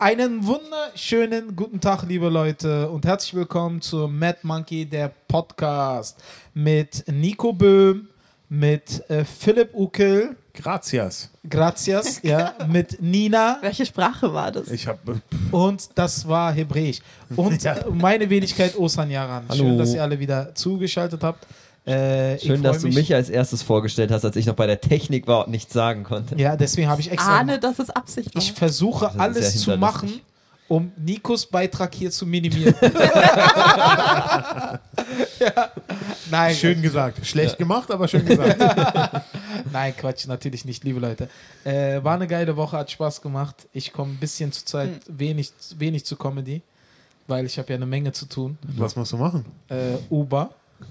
Einen wunderschönen guten Tag, liebe Leute, und herzlich willkommen zu Mad Monkey, der Podcast mit Nico Böhm, mit äh, Philipp Ukel, Grazias. Gracias, ja, mit Nina Welche Sprache war das? Ich äh, habe und das war Hebräisch. Und Ja. äh, meine Wenigkeit Osan Yaran. Schön, Hallo. dass ihr alle wieder zugeschaltet habt. Äh, ich Schön, dass du freu mich. als erstes vorgestellt hast, als ich noch bei der Technik war und nichts sagen konnte. Ja, deswegen habe ich extra. ahne, dass es Absicht ne? war. Ich versuche ist alles sehr zu hinterlistig. machen, um Nikos Beitrag hier zu minimieren. ja. Nein, schön gesagt. Schlecht gemacht, aber schön gesagt. nein, Quatsch, natürlich nicht, liebe Leute. Äh, war eine geile Woche, hat Spaß gemacht. Ich komme ein bisschen zur Zeit wenig, wenig zu Comedy, weil ich habe ja eine Menge zu tun. Was musst du machen? Äh, Uber,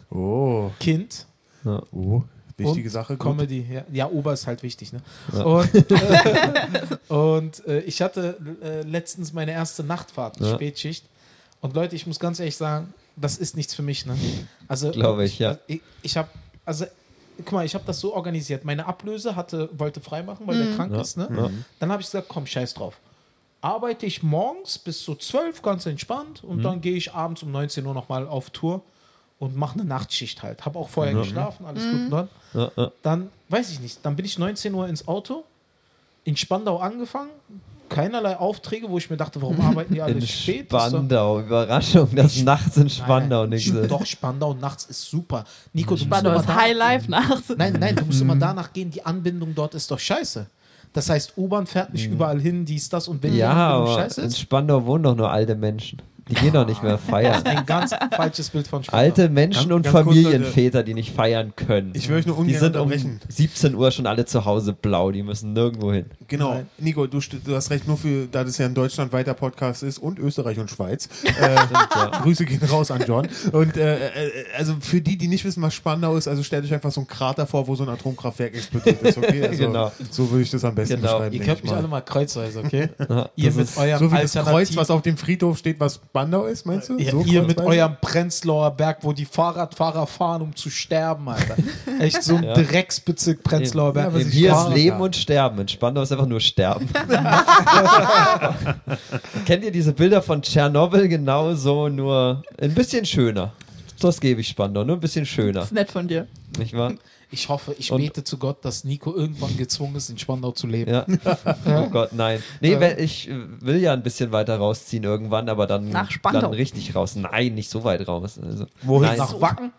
Oh, Kind, oh. wichtige Und Sache. Gut. Comedy. Ja, ja, Uber ist halt wichtig. Ne? Ja. Und, äh, und äh, ich hatte äh, letztens meine erste Nachtfahrt, Ja. Spätschicht. Und Leute, ich muss ganz ehrlich sagen, das ist nichts für mich. Ne? Also, Glaube ich, ja. Ich, ich habe, also, guck mal, ich habe das so organisiert. Meine Ablöse hatte, wollte freimachen, weil der krank Ja. ist. Ne? Ja. Dann habe ich gesagt, komm, scheiß drauf. Arbeite ich morgens bis so 12 ganz entspannt Mhm. und dann gehe ich abends um 19 Uhr nochmal auf Tour und mache eine Nachtschicht halt. Habe auch vorher geschlafen, alles gut ne? und dann. Ja, ja. Dann weiß ich nicht, dann bin ich 19 Uhr ins Auto, in Spandau angefangen, keinerlei Aufträge, wo ich mir dachte, warum arbeiten die alle In spät? Das ist doch- Spandau, Überraschung, dass nachts in Spandau Nein, nichts nein, ist. Doch, Spandau nachts ist super. Nico, du musst Spannend, immer das da- High Life nachts. Nein, nein, du musst Mhm. immer danach gehen, die Anbindung dort ist doch scheiße. Das heißt, U-Bahn fährt nicht überall hin, dies, das und wenn die Mhm. Ja, Anbindung aber scheiße in ist, Spandau wohnen doch nur alte Menschen. Die gehen doch nicht mehr feiern. ein ganz falsches Bild von Spandau. Alte Menschen und ganz kurz, Leute. Familienväter, die nicht feiern können. Ich will euch nur die ungern sind um unterbrechen. 17 Uhr schon alle zu Hause blau, die müssen nirgendwo hin. Genau. Nein. Nico, du, st- du hast recht, nur für, da das ja ein deutschlandweiter Podcast ist und Österreich und Schweiz. Äh, Grüße gehen raus an John. Und äh, äh, also für die, die nicht wissen, was Spandau ist, also stellt euch einfach so einen Krater vor, wo so ein Atomkraftwerk explodiert ist. Okay, also, Genau. So würde ich das am besten Genau. beschreiben. Ihr denke könnt ich mich alle mal kreuzweise, okay? Ja, ihr das mit ist- eurem so wie das Kreuz, Alternativ was auf dem Friedhof steht, was Spandau ist, meinst du? Ja, so ihr mit kreuzweise? eurem Prenzlauer Berg, wo die Fahrradfahrer fahren, um zu sterben, Alter. Echt so ein Ja. Drecksbezirk Prenzlauer Ja, Berg. aber Ey, sie Hier ist Fahrrad- Leben und Sterben. In Spandau ist einfach nur Sterben. Kennt ihr diese Bilder von Tschernobyl genauso, nur ein bisschen schöner? Das gebe ich Spandau, nur ein bisschen schöner, Das ist nett von dir. nicht wahr? ich hoffe, ich Und- bete zu Gott, dass Nico irgendwann gezwungen ist, in Spandau zu leben. Ja. Oh Gott, nein. Nee, wenn- ich äh, will ja ein bisschen weiter rausziehen irgendwann, aber dann, Nach Spandau. dann richtig raus. Nein, nicht so weit raus. Also, Wohin? nein, Nach Wacken?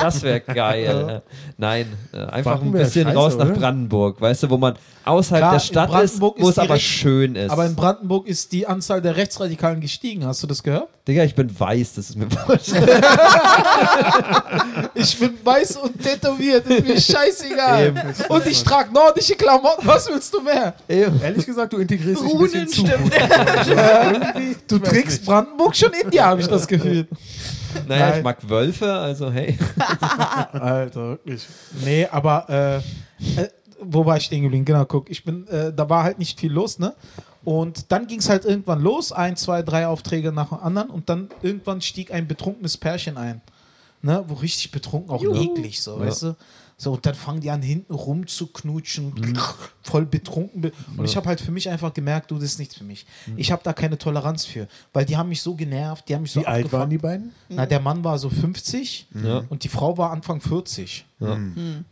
das wäre geil. Nein, äh, einfach Wacken ein wär bisschen scheiße, raus nach oder? Brandenburg, weißt du, wo man außerhalb Klar, der in Stadt ist, Brandenburg wo ist es aber direkt- schön ist. Aber in Brandenburg ist die Anzahl der Rechtsradikalen gestiegen. Hast du das gehört? Digga, ich bin weiß, das ist mir wurscht. Ich bin weiß und tätowiert. Ist mir scheißegal. Eben. Und ich trage nordische Klamotten. Was willst du mehr? Eben. Ehrlich gesagt, du integrierst dich ein bisschen Runen zu. stimmt. Du trägst Brandenburg schon in dir, habe ich das Gefühl. Naja, Nein. ich mag Wölfe, also hey. Alter, wirklich. Nee, aber äh, äh, wo war ich stehen geblieben? Genau, guck, ich bin, äh, da war halt nicht viel los, ne? Und dann ging es halt irgendwann los, ein, zwei, drei Aufträge nach dem anderen und dann irgendwann stieg ein betrunkenes Pärchen ein. Ne? Wo richtig betrunken, auch eklig, so, Ja. weißt du? So, und dann fangen die an, hinten rum zu knutschen, voll betrunken. Und ich habe halt für mich einfach gemerkt, du, das ist nichts für mich. Ich habe da keine Toleranz für, weil die haben mich so genervt, die haben mich so Wie alt abgefuckt. waren die beiden? Na, der Mann war so 50 Ja. und die Frau war Anfang 40. Ja.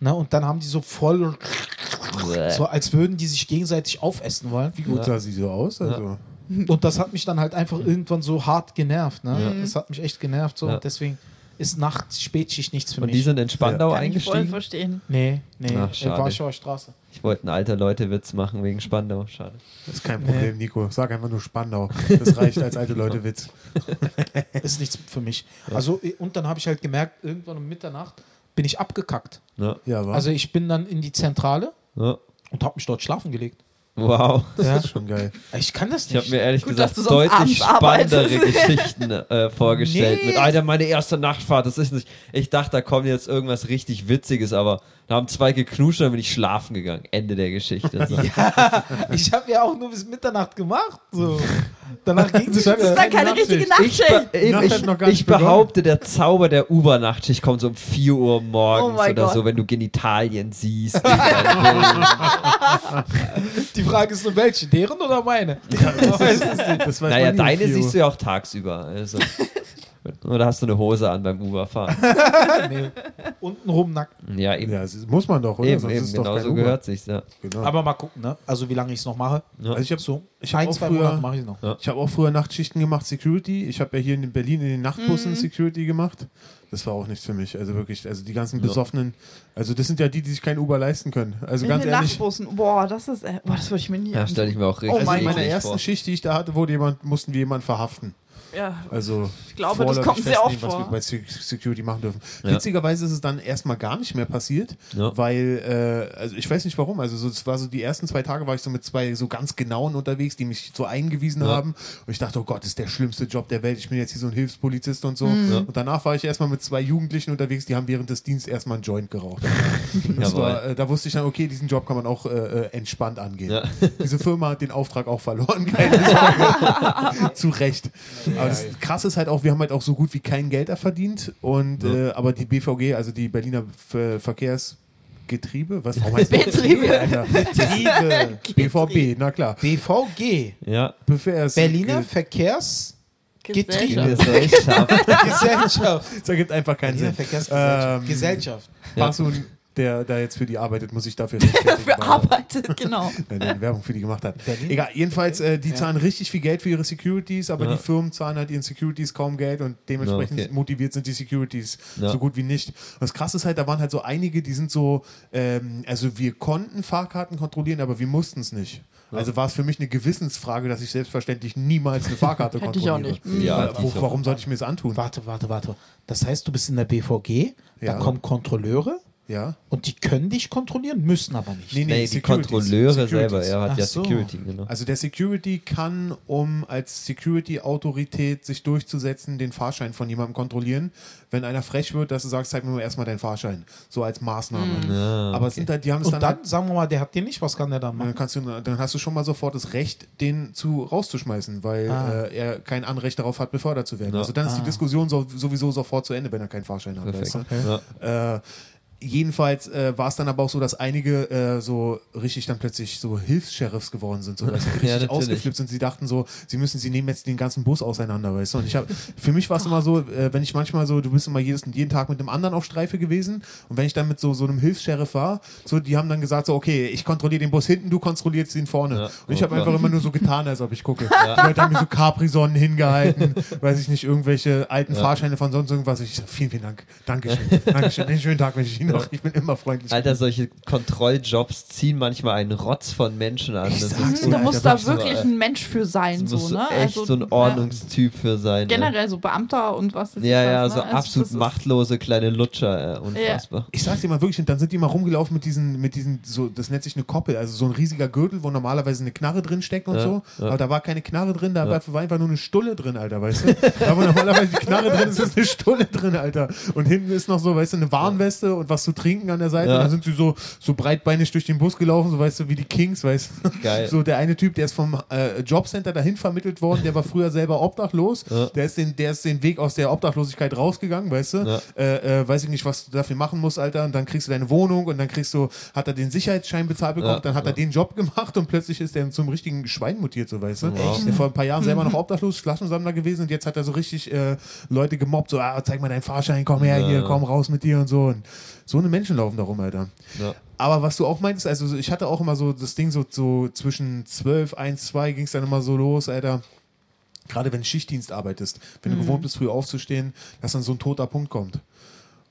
Na, und dann haben die so voll, So. so als würden die sich gegenseitig aufessen wollen. Wie gut sah sie so aus? Also. Und das hat mich dann halt einfach irgendwann so hart genervt. Ne? Das hat mich echt genervt. So. Ja. Und deswegen ist Nachts, Spätschicht nichts für Und die mich. sind in Spandau Kann ich voll eingestiegen. verstehen. Nee, nee, Ach, Ach, schade. Warschauer Straße. Ich wollte einen alter Leute-Witz machen wegen Spandau. Schade. Das ist kein Problem, Nico. Sag einfach nur Spandau. Das reicht als alte Leute Witz. Ist nichts für mich. Also, und dann habe ich halt gemerkt, irgendwann um Mitternacht bin ich abgekackt. Ja. Ja, war Also ich bin dann in die Zentrale Ja. und habe mich dort schlafen gelegt. Ne? Wow. Ja. das ist schon geil. Ich kann das Ich nicht. habe mir ehrlich Gut, dass gesagt du sonst abends deutlich arbeitest. spannendere Geschichten äh, vorgestellt. Nee. Mit Alter, meine erste Nachtfahrt. Das ist nicht. Ich dachte, da kommt jetzt irgendwas richtig Witziges, aber da haben zwei geknutscht und dann bin ich schlafen gegangen. Ende der Geschichte. So. Ich habe ja auch nur bis Mitternacht gemacht. So. Danach ging sie Das äh, ist Das ist dann keine richtige Ich, Nachtschicht. be eben, Nacht hat ich, noch gar ich nicht begonnen. behaupte, der Zauber der Ubernachtschicht kommt so um 4 Uhr Oh morgens mein oder Gott. so, wenn du Genitalien siehst. in deinen Bildern. Die Frage ist nur welche, deren oder meine? Das weiß naja, man nie um deine 4 Uhr. siehst du ja auch tagsüber. Also. Oder hast du eine Hose an beim Uberfahren? nee. Untenrum nackt. Ja, eben. Ja, das ist- muss man doch, oder? eben, Sonst eben ist es doch genau kein so Uber. gehört sich's. Ja. Genau. Aber mal gucken, ne? Also wie lange ich es noch mache. Ja. also ich habe So, ich hab ein, auch zwei früher- Monate mache ich noch. Ja. Ich habe auch früher Nachtschichten gemacht, Security. Ich habe ja hier in Berlin in den Nachtbussen Security gemacht. Das war auch nichts für mich. Also wirklich, also die ganzen Besoffenen, also das sind ja die, die sich kein Uber leisten können. Also In ganz den ehrlich. Nachtbussen. Boah, das ist. äh, Boah, das würde ich mir nie. ja, stelle ich mir auch richtig Oh Also mein in meiner Gott. eklig ersten vor. Schicht, die ich da hatte, wurde jemand, mussten wir jemanden verhaften. ja. Also Ich glaube, das vorläufig kommt sehr festlegen, oft was wir vor. bei Se- Security machen dürfen. Ja. Witzigerweise ist es dann erstmal gar nicht mehr passiert, Ja. weil äh, also ich weiß nicht warum. Also so, es war so die ersten zwei Tage war ich so mit zwei so ganz genauen unterwegs, die mich so eingewiesen Ja. haben und ich dachte, oh Gott, das ist der schlimmste Job der Welt. Ich bin jetzt hier so ein Hilfspolizist und so. Mhm. Und danach war ich erstmal mit zwei Jugendlichen unterwegs, die haben während des Dienstes erstmal einen Joint geraucht. Das Jawohl. war, äh, da wusste ich dann, okay, diesen Job kann man auch äh, äh, entspannt angehen. Ja. Diese Firma hat den Auftrag auch verloren. Keine Sorge. Zu Recht. Aber das krass ist halt auch, wir haben halt auch so gut wie kein Geld da verdient. Und äh, aber die BVG, also die Berliner Ver Verkehrsgetriebe, was warum heißt das? Betriebe. Alter, Betriebe. BVB, na klar. BVG. Ja. Bevers Berliner Verkehrs. Getriebe. Gesellschaft. Gesellschaft. Das ergibt einfach keinen Berliner Sinn. Verkehrsgesellschaft. Ähm, Gesellschaft. Basun, der da jetzt für die arbeitet, muss ich dafür rechtfertigen. Dafür arbeitet, genau. Nein, nein, Werbung für die gemacht hat. Berlin? Egal, jedenfalls, äh, die zahlen richtig viel Geld für ihre Securities, aber Ja. die Firmen zahlen halt ihren Securities kaum Geld und dementsprechend Ja, okay. motiviert sind die Securities Ja. so gut wie nicht. Und das Krasse ist halt, da waren halt so einige, die sind so, ähm, also wir konnten Fahrkarten kontrollieren, aber wir mussten es nicht. Also war es für mich eine Gewissensfrage, dass ich selbstverständlich niemals eine Fahrkarte Hätte ich auch kontrolliere. nicht. Ja, Wo, warum sollte ich mir das antun? Warte, warte, warte. Das heißt, du bist in der BVG, Ja. da kommen Kontrolleure Ja? und die können dich kontrollieren, müssen aber nicht. Nee, die Kontrolleure selber, er hat Ach ja so. Security, genau. Also der Security kann, um als Security-Autorität sich durchzusetzen, den Fahrschein von jemandem kontrollieren. Wenn einer frech wird, dass du sagst, zeig mir mal erstmal deinen Fahrschein. So als Maßnahme. Aber es sind halt, die haben es Und dann, dann, sagen wir mal, der hat dir nicht, was kann der dann dann machen? kannst du, dann hast du schon mal sofort das Recht, den zu rauszuschmeißen, weil Ah. äh, er kein Anrecht darauf hat, befördert zu werden. Ja. Also dann ist die Ah. Diskussion so, sowieso sofort zu Ende, wenn er keinen Fahrschein hat. Perfekt. Weißt du? Ja. Äh, jedenfalls äh, war es dann aber auch so, dass einige äh, so richtig dann plötzlich so Hilfs-Sheriffs geworden sind, so dass sie richtig natürlich. ausgeflippt sind. Sie dachten so, sie müssen, sie nehmen jetzt den ganzen Bus auseinander, weißt du. Und ich habe, für mich war es immer so, äh, wenn ich manchmal so, du bist immer jedes, jeden Tag mit einem anderen auf Streife gewesen und wenn ich dann mit so, so einem Hilfs-Sheriff war, so, die haben dann gesagt so, okay, ich kontrolliere den Bus hinten, du kontrollierst ihn vorne. Ja. Und ich habe Oh, einfach klar. immer nur so getan, als ob ich gucke. Die Leute haben mir so Capri-Sonnen hingehalten, weiß ich nicht, irgendwelche alten Fahrscheine von sonst irgendwas. Ich sag, vielen, vielen Dank. Dankeschön. Dankeschön. Einen schönen Tag wünsche ich Ihnen noch. Ich bin immer freundlich. Alter, solche Kontrolljobs ziehen manchmal einen Rotz von Menschen an. Das sag's ist dir, Mhm, Da Alter, muss da wirklich wirklich so, äh, ein Mensch für sein, muss so, ne? echt so ein Ordnungstyp für sein. ja, ne? Generell so Beamter und was ist Ja, das, ja, ne? so Also absolut das ist- machtlose kleine Lutscher, äh, unfassbar. Ich sag's dir mal wirklich, und dann sind die mal rumgelaufen mit diesen, mit diesen, so, das nennt sich eine Koppel, also so ein riesiger Gürtel, wo normalerweise eine Knarre drin steckt und Ja, so. ja. Aber da war keine Knarre drin, da war- war einfach nur eine Stulle drin, Alter, weißt du? da wo normalerweise die Knarre drin ist, ist eine Stulle drin, Alter. Und hinten ist noch so, weißt du, eine Warnweste und was zu trinken an der Seite. Ja. Und dann sind sie so, so breitbeinig durch den Bus gelaufen, so weißt du, wie die Kings, weißt du? Geil. So der eine Typ, der ist vom äh, Jobcenter dahin vermittelt worden, der war früher selber obdachlos. Ja. Der, ist den, der ist den Weg aus der Obdachlosigkeit rausgegangen, weißt du? Ja. Äh, äh, weiß ich nicht, was du dafür machen musst, Alter. Und dann kriegst du deine Wohnung und dann kriegst du, hat er den Sicherheitsschein bezahlt bekommen, Ja. dann hat er Ja. den Job gemacht und plötzlich ist er zum richtigen Schwein mutiert, so weißt du. Wow. Der vor ein paar Jahren selber noch obdachlos, Flaschensammler gewesen und jetzt hat er so richtig äh, Leute gemobbt, so, ah, zeig mal deinen Fahrschein, komm her Ja, hier, ja. komm raus mit dir und so. Und so eine Menschen laufen da rum, Alter. Ja. Aber was du auch meintest, also so- ich hatte auch immer so das Ding so, so zwischen 12, 1, 2 ging es dann immer so los, Alter. Gerade wenn du Schichtdienst arbeitest, wenn Mhm. du gewohnt bist, früh aufzustehen, dass dann so ein toter Punkt kommt.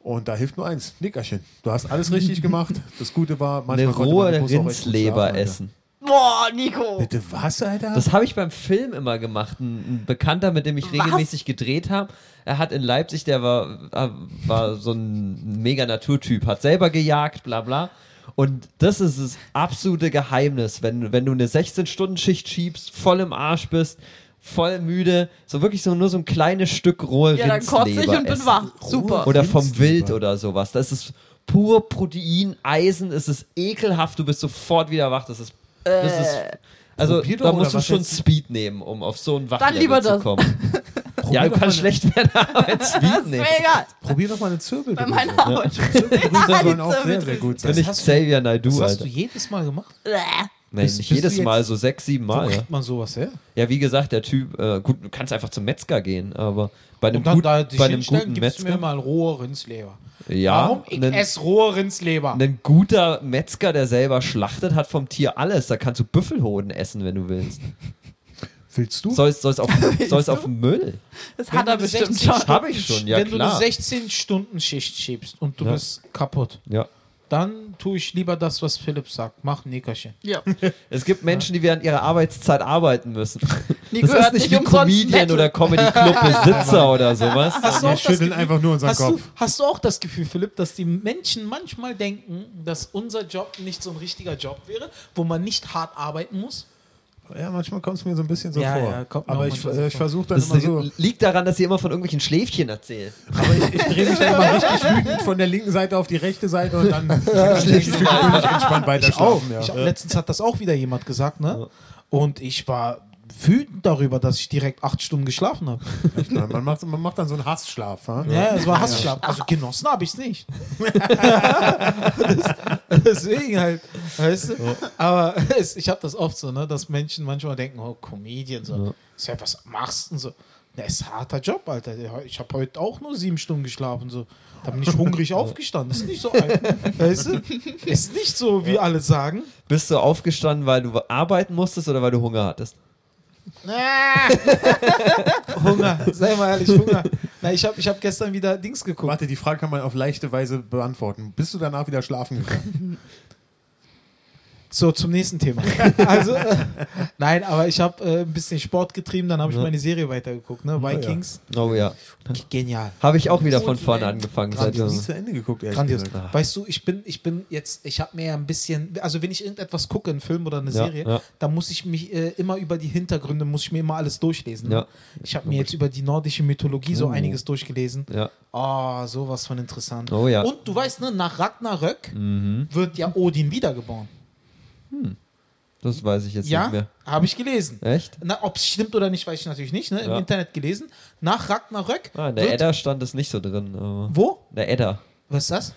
Und da hilft nur eins, Nickerchen. Du hast alles richtig gemacht. Das Gute war, manchmal Eine konnte man im rohe Bus auch echt gut Rindsleber schlafen, Alter. essen. Boah, Nico. Bitte was, Alter? Das habe ich beim Film immer gemacht. Ein, ein Bekannter, mit dem ich Was? regelmäßig gedreht habe, er hat in Leipzig, der war, äh, war so ein mega Naturtyp, hat selber gejagt, bla bla. Und das ist das absolute Geheimnis, wenn, wenn du eine 16-Stunden-Schicht schiebst, voll im Arsch bist, voll müde, so wirklich so nur so ein kleines Stück rohe Ja, dann kotze ich und bin essen. wach. Super. Oder vom Rindsleber. Wild oder sowas. Das ist pur Äh. Protein, Eisen, es ist ekelhaft, du bist sofort wieder wach. Das ist. Das ist Also Probier doch, da oder musst du was schon jetzt? Speed nehmen, um auf so ein Wachlevel lieber zu das. kommen. ja, du kannst schlecht werden, aber mit Speed Ist mir nehmen. egal. Probier doch mal eine Zirbeldrüse. Bei meiner Haut. Zirbeldrüsen sollen auch Zirbeldrüse. sehr, sehr gut Bin sein. ich hast du- Xavier Naidu, Das hast Alter. du jedes Mal gemacht? Nein, bist- nicht bist jedes du Mal, jetzt- so sechs, sieben Wo Mal. Ja. kriegt man sowas her? ja, wie gesagt, der Typ, äh, gut, du kannst einfach zum Metzger gehen, aber bei einem, Und dann gut, da dich bei einem hinstellen, guten gibst du mir Metzger. mal rohe Rindsleber. Ja, Warum? Ich einen- esse rohe Rindsleber. Ein guter Metzger, der selber schlachtet, hat vom Tier alles. Da kannst du Büffelhoden essen, wenn du willst. Willst du? Sollst, sollst, auf, sollst du? auf den Müll. Das Wenn hat er du bestimmt 16 schon. Stunden- Hab ich schon, ja, Wenn du klar. eine 16-Stunden-Schicht schiebst und du Ja. bist kaputt, Ja. dann tue ich lieber das, was Philipp sagt. Mach ein Nickerchen. Ja. Es gibt Menschen, die während ihrer Arbeitszeit arbeiten müssen. Die Das ist gehört nicht nicht wie umsonst Comedian Metal. oder Comedy Club Besitzer oder sowas. Hast Wir schütteln einfach nur unseren hast du, Kopf. hast du auch das Gefühl, Philipp, dass die Menschen manchmal denken, dass unser Job nicht so ein richtiger Job wäre, wo man nicht hart arbeiten muss? Ja, manchmal kommt es mir so ein bisschen so Ja, vor. ja, kommt mir auch aber ich, manchmal so äh, ich vor. versuche dann Das immer so. liegt daran, dass ihr immer von irgendwelchen Schläfchen erzählt. Aber ich, ich drehe mich dann immer richtig wütend von der linken Seite auf die rechte Seite und dann schläfst du völlig entspannt weiter schlafen. Oh, Ich, Ja. hab- letztens hat das auch wieder jemand gesagt, ne? Und ich war wütend darüber, dass ich direkt acht Stunden geschlafen habe. Ja, ne? Man, macht, man macht dann so einen Hassschlaf. Ja? Ja, es war Hassschlaf. Also genossen habe ich es nicht. das, deswegen halt, weißt du? Aber es, ich habe das oft so, ne, dass Menschen manchmal denken, oh, Comedian, so. Ist ja, was machst du denn so? Na, ist ein harter Job, Alter. Ich habe heute auch nur sieben Stunden geschlafen, so. Da bin ich hungrig aufgestanden. Ist nicht so, alt, weißt du? Ist nicht so, wie alle sagen. Bist du aufgestanden, weil du arbeiten musstest oder weil du Hunger hattest? Ah! Hunger, sei mal ehrlich, Hunger. Na, ich habe ich hab gestern wieder Dings geguckt. Warte, die Frage kann man auf leichte Weise beantworten. Bist du danach wieder schlafen gegangen? So, zum nächsten Thema. Also, äh, nein, aber ich habe äh, ein bisschen Sport getrieben, dann habe ich Ja. meine Serie weitergeguckt, ne? Vikings. Oh ja. Genial. Habe ich auch wieder von Gut, vorne ey. angefangen. Ich habe Seit nie zu Ende geguckt, ehrlich Grandios. gesagt. ah. Weißt du, ich bin, ich bin jetzt, ich habe mir ja ein bisschen, also wenn ich irgendetwas gucke, einen Film oder eine Ja, Serie, ja. dann muss ich mich äh, immer über die Hintergründe, muss ich mir immer alles durchlesen. ne? Ja. Ich habe mir jetzt über die nordische Mythologie so Oh. einiges durchgelesen. ja. Oh, sowas von interessant. Oh ja. Mhm. Und du weißt, ne, nach Ragnarök wird ja Odin wiedergeboren. Das weiß ich jetzt nicht Ja, mehr. habe ich gelesen. Echt? Ob es stimmt oder nicht, weiß ich natürlich nicht. Ne? Im Ja. Internet gelesen. Nach Ragnarök. Ah, in der Edda stand es nicht so drin. Aber Wo? in der Edda. Was ist das?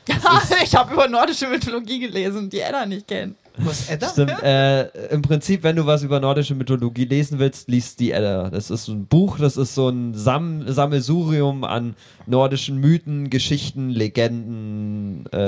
ich habe über nordische Mythologie gelesen, die Edda nicht kennt. Was Edda? Stimmt, äh, Im Prinzip, wenn du was über nordische Mythologie lesen willst, liest die Edda. Das ist ein Buch, das ist so ein Sam Sammelsurium an nordischen Mythen, Geschichten, Legenden, äh,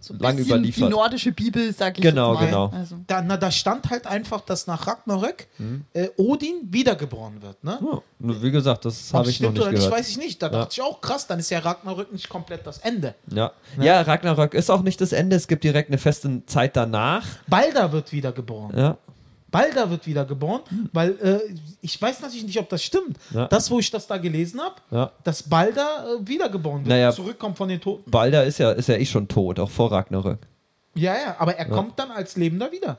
So ein bisschen lang Die überliefert. nordische Bibel, sag ich Genau, jetzt mal. genau. Also. Da, na, da stand halt einfach, dass nach Ragnarök Mhm. äh, Odin wiedergeboren wird. Ne? Ja, nur wie gesagt, das Ob habe es ich Hm, noch stimmt nicht oder nicht, gehört. weiß ich nicht. Da dachte ich auch krass, dann ist ja Ragnarök nicht komplett das Ende. ja. ja, Ragnarök ist auch nicht das Ende. Es gibt direkt eine feste Zeit danach. Balder wird wiedergeboren. Ja, Balder wird wiedergeboren, weil äh, ich weiß natürlich nicht, ob das stimmt. Ja. Das, wo ich das da gelesen habe, ja. dass Balder äh, wiedergeboren wird, Naja. zurückkommt von den Toten. Balder ist ja, ist ja eh schon tot, auch vor Ragnarök. Ja, ja, Hm. aber er kommt dann als Lebender wieder.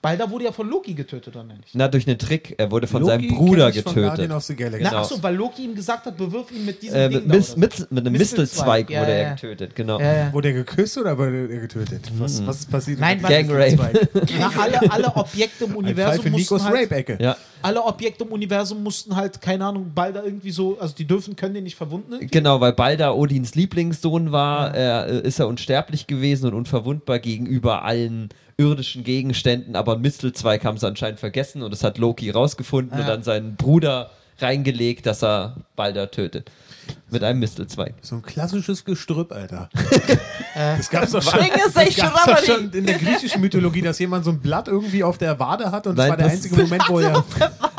Balder wurde ja von Loki getötet, oder nicht? Na, durch einen Trick. Er wurde von Loki seinem Bruder kenn ich Von Guardian getötet. of the Galaxy. Na, Genau. ach so, weil Loki ihm gesagt hat, bewirf ihn mit diesem Äh, Ding. mit, da, mit, oder mit, mit einem Mistelzweig, Mistelzweig ja, wurde ja, er ja. getötet, genau. so. ja, ja. Wurde er geküsst oder wurde er getötet? Was, Mhm. was ist passiert? Nein, Ein warte, Gangrape. Na, alle, alle Objekte im Fall für Universum Nikos mussten halt, Rape-Ecke. Ja, alle Objekte im Universum mussten halt, keine Ahnung, Balder irgendwie so, also die dürfen, können den nicht verwunden. irgendwie. genau, weil Balder Odins Lieblingssohn war, er, äh, ist er unsterblich gewesen und unverwundbar gegenüber allen irdischen Gegenständen, aber Mistelzweig haben sie anscheinend vergessen und das hat Loki rausgefunden Ja. und dann seinen Bruder reingelegt, dass er Balder tötet. Mit einem Mistelzweig. So ein klassisches Gestrüpp, Alter. Äh, das gab's doch schon. Bring es Das sich gab's doch schon schon in der griechischen Mythologie, dass jemand so ein Blatt irgendwie auf der Wade hat und Nein, das war der das einzige Moment, wo er.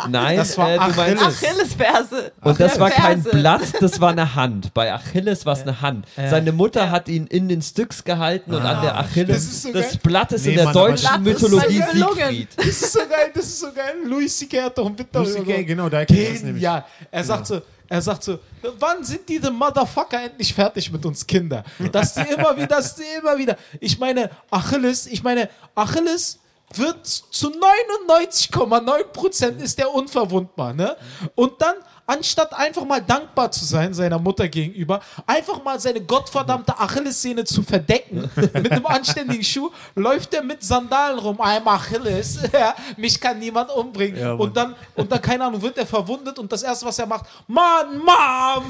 Nein, Das war äh, du meinst, Achillesferse. Und das war kein Achillesferse. Blatt, das war eine Hand. Bei Achilles war es eine Hand. Seine Mutter hat ihn in den Styx gehalten und an der Achilles. Ah, Das ist so Das, geil. Blatt ist Nee, in der Mann, aber deutschen das- Mythologie Das ist gelungen. Siegfried. Das ist so geil, das ist so geil. Louis C.K. hat doch ein Bit Louis darüber C.K., gemacht. genau, da kenn ich das nämlich. Genial. Er sagt so, er sagt so, wann sind diese Motherfucker endlich fertig mit uns Kinder? Dass die immer wieder, dass die immer wieder. Ich meine, Achilles, ich meine, Achilles wird zu 99,9% ist der unverwundbar. Ne? Und dann, anstatt einfach mal dankbar zu sein seiner Mutter gegenüber, einfach mal seine gottverdammte Achillessehne zu verdecken mit einem anständigen Schuh, läuft er mit Sandalen rum. I'm Achilles, ja, mich kann niemand umbringen. Ja, Mann. und dann, und dann, keine Ahnung, wird er verwundet und das Erste, was er macht, Mann, Mom!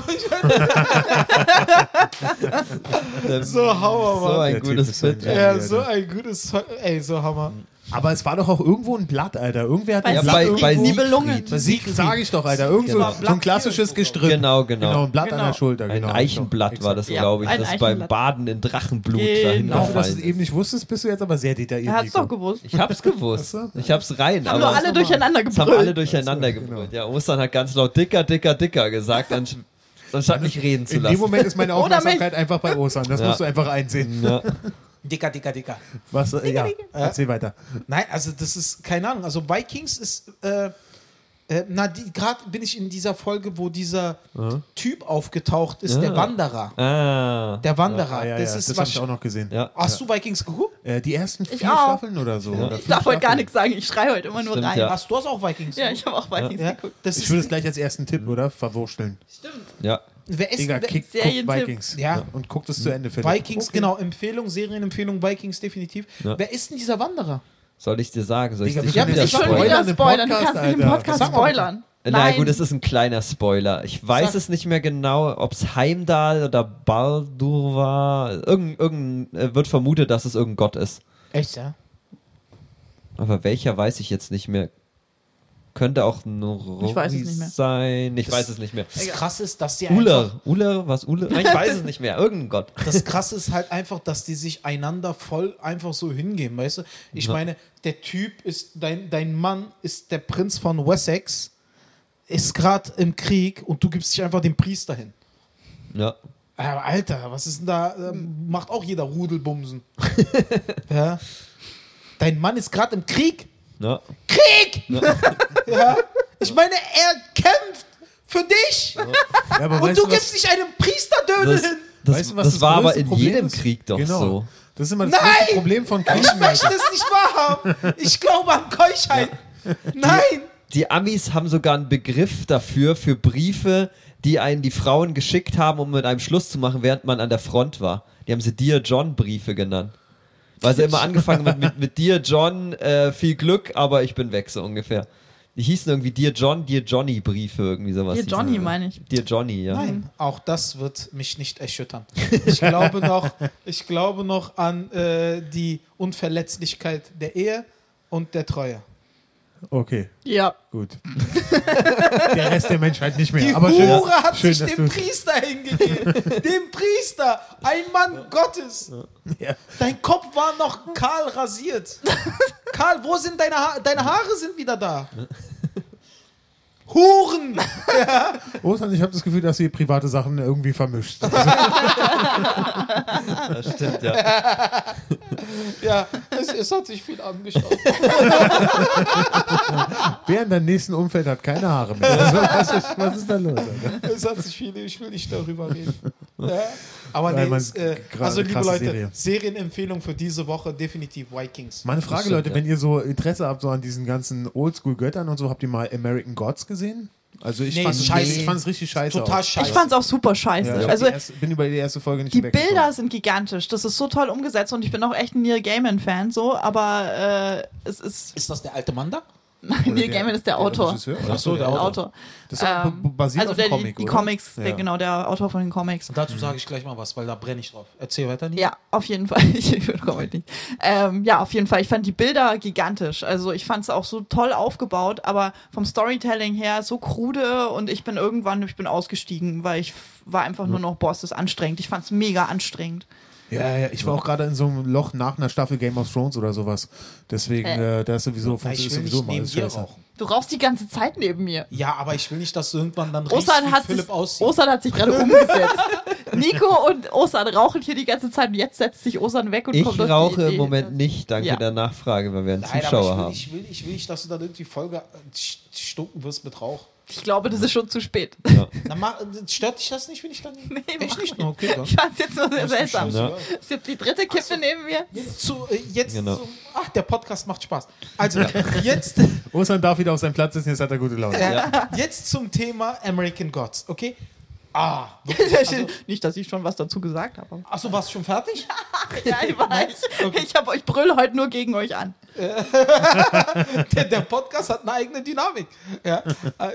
so Hammer, Mann. So ein Der Typ gutes ist so ein Fit. Genie. ey. Ja, so ein gutes. Zo- Ey, so Hammer. Aber es war doch auch irgendwo ein Blatt, Alter. Irgendwer hat Bei ein Ja, Blatt bei, irgendwo- bei Nibelungen. Siegfried. Bei Siegfried sage ich doch, Alter. Irgend so, Genau. so ein klassisches Gestrüpp. Genau, genau. Genau, ein Blatt an Genau. der Schulter. Ein Genau. Eichenblatt war das, Ja, glaube ich, ein das beim Eichenblatt. Baden in Drachenblut Genau. dahin Genau, dass du gefallen es eben ist. nicht wusstest, bist du jetzt aber sehr detailliert. Er hat es Nico. doch gewusst. Ich hab's gewusst. Ach so. Ich hab's rein. Haben aber nur alle das durcheinander haben alle gebrüllt. durcheinander Ach so, genau. gebrüllt. Ja, Ostern hat ganz laut dicker, dicker, dicker gesagt, anst- anstatt mich reden zu In dem lassen. Moment ist meine Oder mich. Aufmerksamkeit einfach bei Osan. Das Ja. musst du einfach einsehen. Ja. Dicker, dicker, dicker. Was, äh, ja, erzähl weiter. Nein, also das ist, keine Ahnung. Also Vikings ist, äh, äh, na, gerade bin ich in dieser Folge, wo dieser Typ aufgetaucht ist, der Ja. Wanderer. Ah. Der Wanderer. Ah, ja, das ja, ist das habe was. ich auch noch gesehen. Ja. Hast du Vikings geguckt? Äh, die ersten vier auch. Staffeln oder so. Oder Ich fünf darf heute gar Staffeln. nichts sagen. Ich schreie heute immer nur Stimmt, rein. ja. Ja, Hast du hast auch Vikings geguckt? ich habe auch Vikings Ja, geguckt. das Ich ist, würde es gleich als ersten Tipp, oder? Verwurschteln. Ja. wer ist, Digga, wer, kick, guck Serientipp. Vikings. Ja. Und guck das zu Ende. Philipp. Vikings, Okay. genau, Empfehlung, Serienempfehlung, Vikings definitiv. Ja. Wer ist denn dieser Wanderer? Soll ich dir sagen? Soll ich Digga, dich wir schon können wieder jetzt Schon spoilern? wieder im spoilern. Du Podcast, kannst nicht im Alter. Podcast Sag mal. spoilern. Na Nein. gut, es ist ein kleiner Spoiler. Ich weiß Sag. es nicht mehr genau, ob es Heimdall oder Baldur war. Irgend, irgend, äh, wird vermutet, dass es irgendein Gott ist. Echt, ja? Aber welcher weiß ich jetzt nicht mehr. Könnte auch ein Ich weiß es nicht mehr. sein. Ich weiß es nicht mehr. Das Krasse ist, dass sie einfach Uller. Uller, was Uller? Nein, ich weiß es nicht mehr. Irgendein Gott. Das Krasse ist halt einfach, dass die sich einander voll einfach so hingeben, weißt du? Ich Ja. meine, der Typ ist, dein, dein Mann ist der Prinz von Wessex, ist gerade im Krieg und du gibst dich einfach dem Priester hin. Ja. Aber Alter, was ist denn da? Ähm, macht auch jeder Rudelbumsen. ja. Dein Mann ist gerade im Krieg. ja. Krieg! ja. Ich meine, er kämpft für dich Ja, aber und weißt du was- gibst dich einem Priesterdödel Das, hin. das, weißt du, was das, war aber größte in Problem jedem ist? Krieg doch genau. so. Das ist immer das Nein! größte Problem von Ich Kriegen. möchte es nicht wahrhaben. Ich glaube an Keuschheit. Nein. Die Amis haben sogar einen Begriff dafür, für Briefe, die einen die Frauen geschickt haben, um mit einem Schluss zu machen, während man an der Front war. Die haben sie Dear John Briefe genannt. Weil sie immer angefangen mit, mit, mit Dear John, äh, viel Glück, aber ich bin weg, so ungefähr. Die hießen irgendwie Dear John, Dear Johnny Briefe, irgendwie sowas. Dear hießen Johnny, die. meine ich. Dear Johnny, ja. Nein, auch das wird mich nicht erschüttern. Ich glaube noch, ich glaube noch an äh, die Unverletzlichkeit der Ehe und der Treue. Okay, Ja. gut. der Rest der Menschheit nicht mehr. Die aber schön, Hure hat schön, sich dass dem du- Priester hingegeben. Dem Priester, ein Mann Gottes. Ja. Dein Kopf war noch kahl rasiert. Karl, wo sind deine Haare? Deine Haare sind wieder da. Huren! Ostern, ich habe das Gefühl, dass ihr private Sachen irgendwie vermischt. Also, Das stimmt, ja. Ja, es, es hat sich viel angeschaut. Wer in deinem nächsten Umfeld hat keine Haare mehr? Also, was, ist, was ist da los? Alter? Es hat sich viel, ich will nicht darüber reden. Ja. Aber Weil nee, man- es, äh, gra- also eine liebe krasse Leute, Serie. Serienempfehlung für diese Woche definitiv Vikings. Meine Frage, stimmt, Leute, ja. wenn ihr so Interesse habt so an diesen ganzen Oldschool-Göttern und so, habt ihr mal American Gods gesehen? Also ich Nee, fand es scheiße. ich fand's richtig scheiße. Total auch. scheiße. Ich fand's auch super scheiße. Ja, ich also, also die erste, bin über die erste Folge nicht die hinweggekommen. Bilder sind gigantisch. Das ist so toll umgesetzt und ich bin auch echt ein Neil Gaiman Fan so, aber äh, es ist ist das der alte Mann da? Nein, Oder Neil der- Gaiman ist der Autor. Regisseur? Ach so, der Der Autor. Autor. Das ist auch b- basiert also auf der, dem Comic, die oder? Comics, der, Ja. genau, der Autor von den Comics. Mhm. Dazu sage ich gleich mal was, weil da brenne ich drauf. Erzähl weiter nicht. Ja, auf jeden Fall. Ich komme nicht. Ähm, ja, auf jeden Fall. Ich fand die Bilder gigantisch. Also ich fand es auch so toll aufgebaut, aber vom Storytelling her so krude und ich bin irgendwann, ich bin ausgestiegen, weil ich f- war einfach nur noch Boss, das ist anstrengend. Ich fand es mega anstrengend. Ja, ja, ich war auch gerade in so einem Loch nach einer Staffel Game of Thrones oder sowas. Deswegen, äh, da ist sowieso, ich ist will sowieso nicht mal neben alles dir scheiße. rauchen. Du rauchst die ganze Zeit neben mir. Ja, aber ich will nicht, dass du irgendwann dann riechst, Ostern wie hat, sich, Philipp aussieht. Ostern hat sich gerade umgesetzt. Nico und Ostern rauchen hier die ganze Zeit und jetzt setzt sich Ostern weg und kommt Ich auf die rauche im Idee. Moment nicht, danke Ja. der Nachfrage, weil wir einen E Nein, Zuschauer aber haben. ich will, ich will, ich will nicht, dass du dann irgendwie Folge äh, st- stunken wirst mit Rauch. Ich glaube, das ist schon zu spät. Na, mach, stört dich das nicht, wenn ich dann. Nee, mach Echt nicht? Na, Okay, dann. Ich fand es jetzt nur sehr seltsam. Scheiße. Ja. Ist jetzt die dritte Kippe neben mir? Jetzt zu, äh, jetzt Genau. zu, ach, der Podcast macht Spaß. Also, jetzt, Ostern darf wieder auf seinem Platz sitzen, jetzt hat er gute Laune. jetzt zum Thema American Gods, okay? Ah, Nicht, dass ich schon was dazu gesagt habe. achso, warst du schon fertig? Ja, ich weiß. Ich habe euch brüll heute nur gegen euch an. Der, der Podcast hat eine eigene Dynamik. Ja, äh,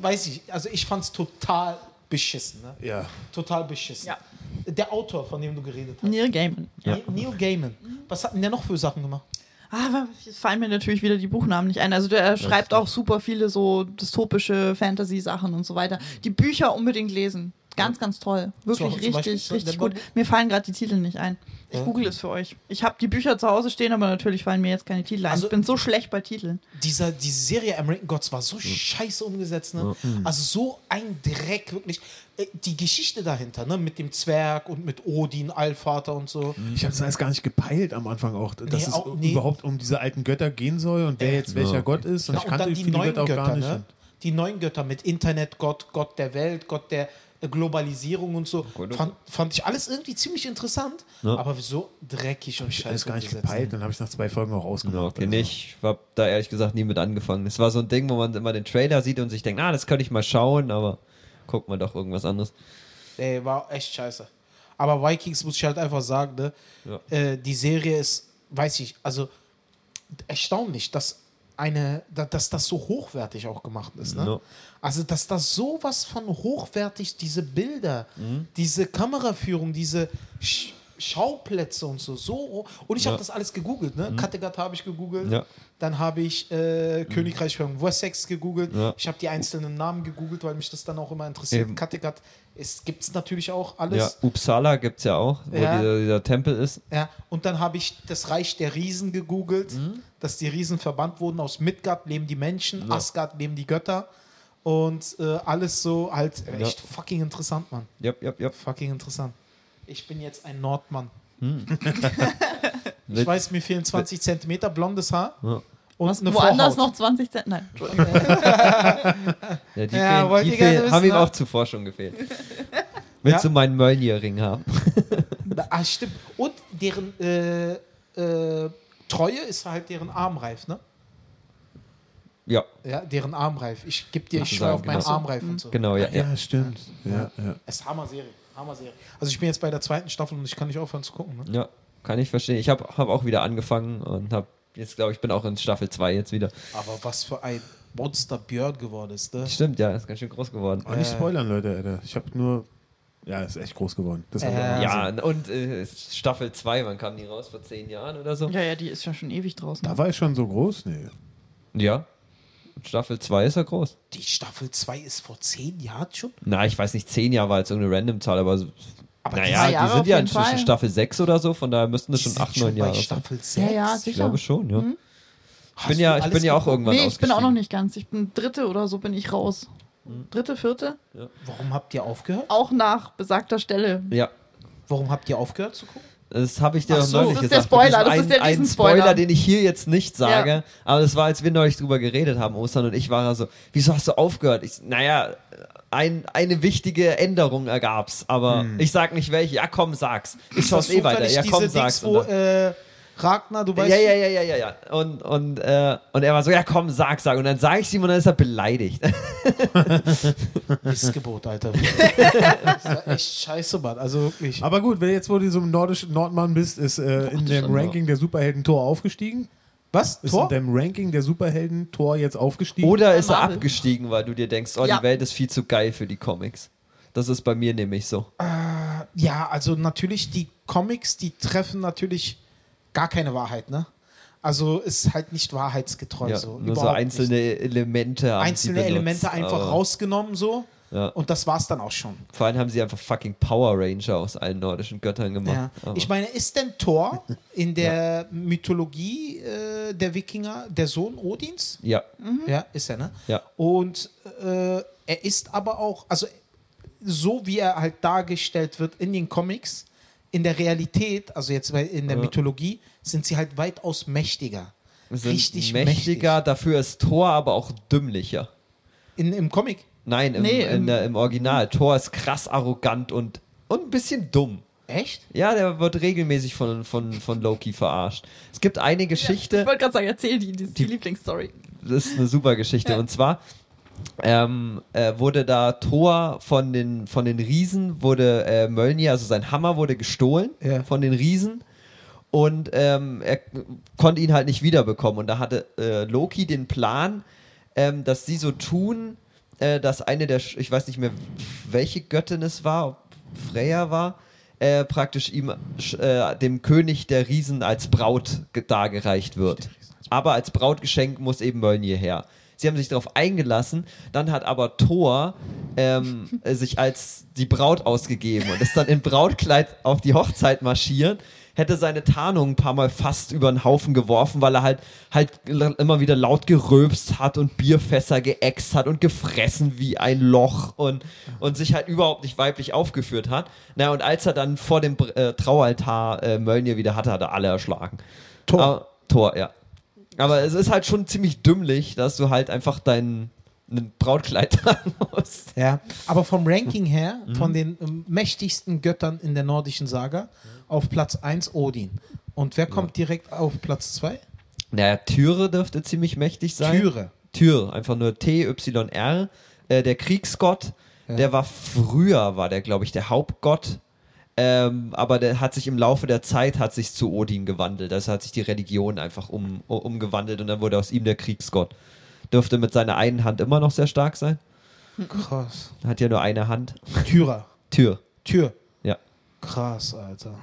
weiß ich, also ich fand's total beschissen. Ne? Ja. Total beschissen. Ja. Der Autor, von dem du geredet hast, Neil Gaiman. Ne- Neil Gaiman, was hat denn der noch für Sachen gemacht? Aber jetzt fallen mir natürlich wieder die Buchnamen nicht ein. Also der schreibt auch super viele so dystopische Fantasy-Sachen und so weiter. Die Bücher unbedingt lesen. Ganz, ganz toll. Zum Wirklich Beispiel- richtig, zum richtig Beispiel- gut. Mir fallen gerade die Titel nicht ein. Ich Ja. google es für euch. Ich habe die Bücher zu Hause stehen, aber natürlich fallen mir jetzt keine Titel ein. Also- ich bin so schlecht bei Titeln. dieser, die Serie American Gods war so scheiße umgesetzt, ne? Mhm. Also so ein Dreck, wirklich. Äh, Die Geschichte dahinter, ne? Mit dem Zwerg und mit Odin, Allvater und so. Ich habe das alles gar nicht gepeilt am Anfang auch, dass Nee, es auch- nee. überhaupt um diese alten Götter gehen soll und wer jetzt welcher Gott ist. Und Na, ich kannte viele Götter auch gar nicht. ne? Die neuen Götter mit Internet, Gott, Gott der Welt, Gott der äh, Globalisierung und so. Gott, oh. Fand, fand ich alles irgendwie ziemlich interessant, aber so dreckig und Ich habe es scheiße gar nicht umgesetzt. ne? gepeilt, dann habe ich nach zwei Folgen auch Ja, ausgemacht. okay, nee, Genau, ich habe da ehrlich gesagt nie mit angefangen. Es war so ein Ding, wo man immer den Trailer sieht und sich denkt, ah, das könnte ich mal schauen, aber guckt man doch irgendwas anderes. Ey, war echt scheiße. Aber Vikings muss ich halt einfach sagen, ne? Ja. Äh, die Serie ist, weiß ich, also erstaunlich, dass eine, da- dass das so hochwertig auch gemacht ist. Ne? Ja. Also, dass das sowas von hochwertig, diese Bilder, Mhm. diese Kameraführung, diese Sch Schauplätze und so, so. ho- Und ich Ja. Mhm. habe das alles gegoogelt, ne? Kattegat habe ich gegoogelt, Ja. dann habe ich äh, Königreich von Wessex gegoogelt, Mhm. Ja. ich habe die einzelnen Namen gegoogelt, weil mich das dann auch immer interessiert. Eben. Kattegat, es gibt es natürlich auch Ja, alles. Uppsala gibt's ja auch, wo Ja. Dieser, dieser Tempel ist. Ja. Und dann habe ich das Reich der Riesen gegoogelt, Mhm. dass die Riesen verbannt wurden. Aus Midgard leben die Menschen, Asgard leben die Götter. Und äh, alles so halt äh, Ja. echt fucking interessant, Mann. Jupp, jupp, jupp. Fucking interessant. Ich bin jetzt ein Nordmann. ich Mit- weiß, mir fehlen 20 Zentimeter, blondes Haar Ja. und eine Woanders Vorhaut. noch 20 Cent. Nein, Entschuldigung. Ja, die Ja, wollt fehlen, die ihr gerne fehlen, wissen, haben ihm ne? auch zuvor schon gefehlt. Willst Ja. du meinen Mölnir-Ring haben? Ah, stimmt. Und deren äh, äh, Treue ist halt deren Armreif, ne? ja, Ja, deren Armreif. Ich geb dir, ich Sozusagen, schwör auf meinen genau. Armreif Mhm. und so. genau, ja. ja. Ja, stimmt. Ja, ja. Es ist Hammer-Serie. Hammer-Serie. Also ich bin jetzt bei der zweiten Staffel und ich kann nicht aufhören zu gucken. Ne? ja. Kann ich verstehen. Ich habe hab auch wieder angefangen und habe jetzt, glaube ich, bin auch in Staffel 2 jetzt wieder. Aber was für ein Monster Björn geworden ist, ne? Stimmt, ja, ist ganz schön groß geworden. Aber nicht spoilern, Leute, Alter. Ich habe nur. Ja, ist echt groß geworden. Das hab ich Äh, auch gesehen. Ja, und äh, Staffel 2, wann kam die raus? Vor zehn Jahren oder so? ja, ja, die ist ja schon ewig draußen. Da war ich schon so groß, nee. Ja. Staffel 2 ist ja groß. Die Staffel 2 ist vor zehn Jahren schon. Na, ich weiß nicht, 10 Jahre war jetzt irgendeine Random-Zahl, aber, so- Aber naja, zwei die Jahre auf sind ja jeden inzwischen Fall. Staffel 6 oder so, von daher müssten das die schon sind 8, 9 Jahre bei sein. Staffel 6. Ja, ja, Ich sicher. Hm? glaube schon, ja. Ich bin ja, ich bin ja auch irgendwann Nee, ich bin auch noch ausgestiegen. nicht ganz. Ich bin dritte oder so bin ich raus. Dritte, vierte? Warum habt ihr aufgehört? Auch nach besagter Stelle. Ja, Warum habt ihr aufgehört zu gucken? das habe ich dir Ach auch so, neulich das ist der gesagt. mit Spoiler, diesem das ist der einen Riesenspoiler. Spoiler, den ich hier jetzt nicht sage, aber das war, als wir neulich drüber geredet haben, Ostern und ich, war er so, wieso hast du aufgehört? Ich, naja, ein, eine wichtige Änderung ergab's, aber Hm. ich sag nicht welche. Ja, komm, sag's. Ich schaue Das eh weiter. zufällig Ja, komm, diese sag's. Dings, Und wo dann- äh, Ragnar, du weißt ja, ja, ja, ja, ja, ja. Und, und, äh, und er war so, ja komm, sag, sag. Und dann sage ich ihm und dann ist er beleidigt. Missgebot, Alter. das war echt scheiße, Mann. Also wirklich. Aber gut, wenn jetzt, wo du so ein nordischen Nordmann bist, ist äh, in dem ja. Ranking der Superhelden Tor aufgestiegen. Was? Ist Tor? in dem Ranking der Superhelden Tor jetzt aufgestiegen. Oder ist er Marvel. abgestiegen, weil du dir denkst, oh, Ja. die Welt ist viel zu geil für die Comics. Das ist bei mir nämlich so. Ja, also natürlich, die Comics, die treffen natürlich gar keine Wahrheit, ne? Also ist halt nicht wahrheitsgetreu Ja, so. nur so überhaupt nicht. einzelne Elemente. Haben einzelne sie benutzt, Elemente einfach aber- rausgenommen so. Ja. Und das war's dann auch schon. Vor allem haben sie einfach fucking Power Ranger aus allen nordischen Göttern Ja. gemacht. Aber- Ich meine, ist denn Thor in der Mythologie äh, der Wikinger der Sohn Odins? ja. Ja, ist er, ne? Ja. Und äh, er ist aber auch, also so wie er halt dargestellt wird in den Comics, in der Realität, also jetzt bei- in der Mythologie, sind sie halt weitaus mächtiger. Sind Richtig mächtiger, dafür ist Thor aber auch dümmlicher. mächtig. In, Im Comic. Nein, im, Nee, in im- der, im Original. Thor ist krass arrogant und, und ein bisschen dumm. Echt? Ja, der wird regelmäßig von, von, von Loki verarscht. Es gibt eine Geschichte. Ich wollte gerade sagen, erzähl die, die, die Die- Lieblingsstory. das ist eine super Geschichte. Und zwar ähm, äh, wurde da Thor von den, von den Riesen, wurde äh, Mölnir, also sein Hammer wurde gestohlen Ja. von den Riesen. Und ähm, er konnte ihn halt nicht wiederbekommen. Und da hatte äh, Loki den Plan, ähm, dass sie so tun, äh, dass eine der, Sch- ich weiß nicht mehr, welche Göttin es war, ob Freya war, äh, praktisch ihm, sch- äh, dem König der Riesen als Braut ge- dargereicht wird. Aber als Brautgeschenk muss eben Mölnir her. Sie haben sich darauf eingelassen, dann hat aber Thor ähm, äh, sich als die Braut ausgegeben und ist dann im Brautkleid auf die Hochzeit marschiert, hätte seine Tarnung ein paar Mal fast über den Haufen geworfen, weil er halt, halt l- immer wieder laut geröbst hat und Bierfässer geäxt hat und gefressen wie ein Loch und, und sich halt überhaupt nicht weiblich aufgeführt hat. Na, und als er dann vor dem Br- äh, Traualtar äh, Mölnir wieder hatte, hat er alle erschlagen. Tor. Aber, Tor, ja. Aber es ist halt schon ziemlich dümmlich, dass du halt einfach dein ein Brautkleid tragen musst. Ja. Aber vom Ranking her, Mhm. von den ähm, mächtigsten Göttern in der nordischen Saga, auf Platz 1 Odin. Und wer kommt direkt auf Platz 2? Naja, Türe dürfte ziemlich mächtig sein. Tyre. Tür, einfach nur T-Y-R. Äh, der Kriegsgott, der war früher, war der, glaube ich, der Hauptgott. Ähm, aber der hat sich im Laufe der Zeit hat sich zu Odin gewandelt. Also hat sich die Religion einfach um, um- umgewandelt und dann wurde aus ihm der Kriegsgott. Dürfte mit seiner einen Hand immer noch sehr stark sein. Krass. Hat ja nur eine Hand. Tyrer. Tür. Tür. Ja. Krass, Alter.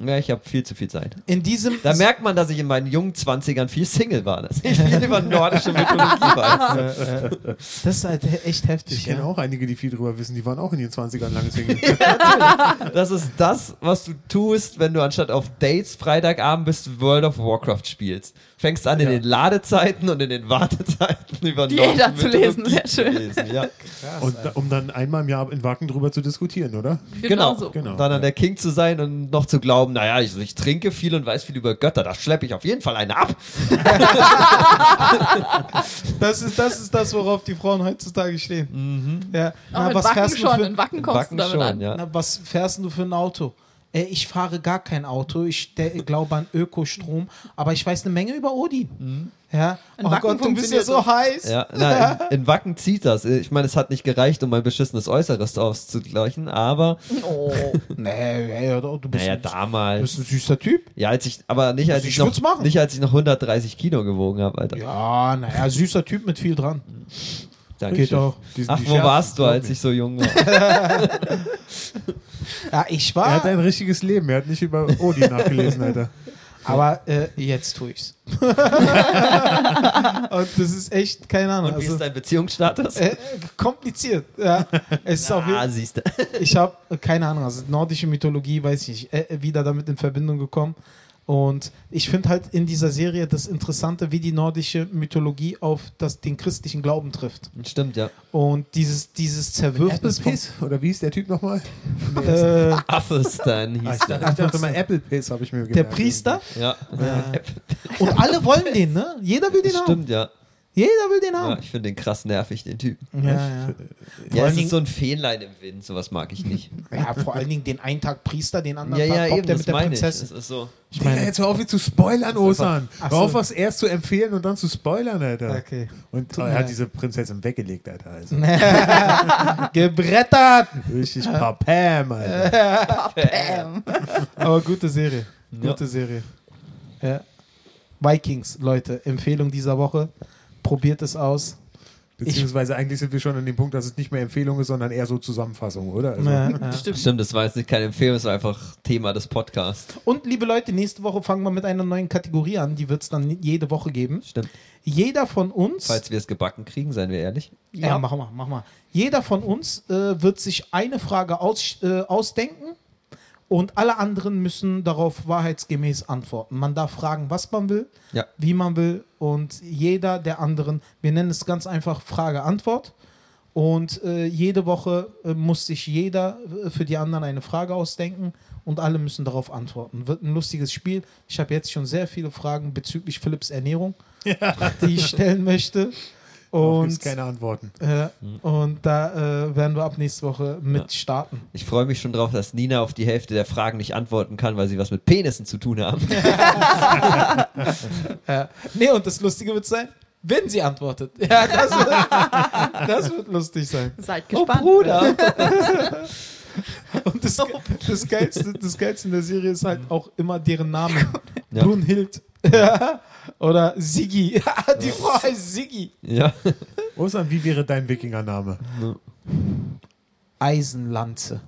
Ja, ich habe viel zu viel Zeit. In diesem. Da merkt man, dass ich in meinen jungen 20ern viel Single war, dass ich viel über nordische Mythologie weiß. das ist halt he- echt heftig. Ich kenne ja. auch einige, die viel drüber wissen. Die waren auch in den 20ern lange Single. Das ist das, was du tust, wenn du anstatt auf Dates Freitagabend bist, World of Warcraft spielst. Fängst an in den Ladezeiten und in den Wartezeiten über Die nordische Edda zu lesen, Mythologie sehr zu schön. Lesen, ja. Und da- um dann einmal im Jahr in Wacken drüber zu diskutieren, oder? Genau. so. Genau. Dann an der King zu sein und noch zu glauben, naja, ich, ich trinke viel und weiß viel über Götter, da schleppe ich auf jeden Fall eine ab. Das ist, das ist das, worauf die Frauen heutzutage stehen. Ja. Auch Na, in was Wacken fährst du schon, für- in Wacken kommst Backen du damit schon, an. Mhm. ja. Na, was fährst denn du für ein Auto? Äh, ich fahre gar kein Auto. Ich ste- glaube an Ökostrom, aber ich weiß eine Menge über Odin. Ja. In oh Wacken Gott, du bist ja funktioniert so das. heiß. Mhm. Ja, na, in, in Wacken zieht das. Ich meine, es hat nicht gereicht, um mein beschissenes Äußeres auszugleichen, aber Oh. Nee, ey, ja, doch, du bist, naja, ein, du bist damals. ein süßer Typ. Ja, als ich, aber nicht als Also ich, ich würd's noch, machen. nicht als ich noch 130 Kilo gewogen habe, Alter. Ja, naja, süßer Typ mit viel dran. Dankeschön. Geht auch. Die sind Ach, die wo schärfsten, warst du, glaub als mir. ich so jung war? Ja, ich Er hat war, ein richtiges Leben. Er hat nicht über Odin nachgelesen, Alter. aber äh, jetzt tue ich's. Und das ist echt, keine Ahnung. Und wie Also, ist dein Beziehungsstatus? äh, kompliziert. Ja. Es ist auf jeden ah, siehst du. ich habe keine Ahnung, also nordische Mythologie, weiß ich nicht, äh, wieder damit in Verbindung gekommen. Und ich finde halt in dieser Serie das Interessante, wie die nordische Mythologie auf das, den christlichen Glauben trifft. Stimmt, ja. Und dieses, dieses Zerwürfnis von. Piss? Oder wie ist der Typ nochmal? Äh, genau. Ah, Affestan Ich hieß der. ich dachte mal Apple Piss, habe ich mir gemerkt. der Priester. Ja, Und alle wollen den, ne? Jeder will den Genau. haben. stimmt, ja. Jeder will den ja. haben. Ich finde den krass nervig, den Typen. Ja, ja. Ja, es Dingen- ist so ein Fähnlein im Wind, sowas mag ich nicht. ja, vor allen Dingen den einen Tag Priester, den anderen ja, Tag ja, poppt eben, der das mit der meine ich. Es Prinzessin. ist so. Ich Digga, jetzt hör auf, wie zu spoilern, Osan. Ach Hör auf, so. was erst zu empfehlen und dann zu spoilern, Alter. Okay. Und Tut er mir hat leid. diese Prinzessin weggelegt, Alter. Also, Gebrettert! richtig papam, Alter. Bam. Aber gute Serie. Gute Serie. Ja. Vikings, Leute, Empfehlung dieser Woche. Probiert es aus. Beziehungsweise eigentlich sind wir schon an dem Punkt, dass es nicht mehr Empfehlung ist, sondern eher so Zusammenfassung, oder? Also, Ja, ja. Stimmt. Stimmt, das war jetzt nicht keine Empfehlung, es war einfach Thema des Podcasts. Und liebe Leute, nächste Woche fangen wir mit einer neuen Kategorie an. Die wird es dann jede Woche geben. Stimmt. Jeder von uns, Falls wir es gebacken kriegen, seien wir ehrlich. ja. mach mal, mach mal. Jeder von uns äh, wird sich eine Frage aus, äh, ausdenken und alle anderen müssen darauf wahrheitsgemäß antworten. Man darf fragen, was man will, Ja. wie man will und jeder der anderen, wir nennen es ganz einfach Frage-Antwort und äh, jede Woche äh, muss sich jeder äh, für die anderen eine Frage ausdenken und alle müssen darauf antworten. Wird ein lustiges Spiel. Ich habe jetzt schon sehr viele Fragen bezüglich Philipps Ernährung, die ich stellen möchte. Darauf gibt's Und, keine Antworten. äh, und da äh, werden wir ab nächste Woche mit starten. Ich freue mich schon drauf, dass Nina auf die Hälfte der Fragen nicht antworten kann, weil sie was mit Penissen zu tun haben. Äh, nee, und das Lustige wird sein, wenn sie antwortet. Ja, das wird, das wird lustig sein. Seid gespannt. Oh, Bruder! Und das, das, Geilste, das Geilste in der Serie ist halt auch immer deren Name. Ja. Brunhild. Oder Siggi. Die Frau heißt Siggi. ja. Ostern, wie wäre dein Wikingername? Eisenlanze.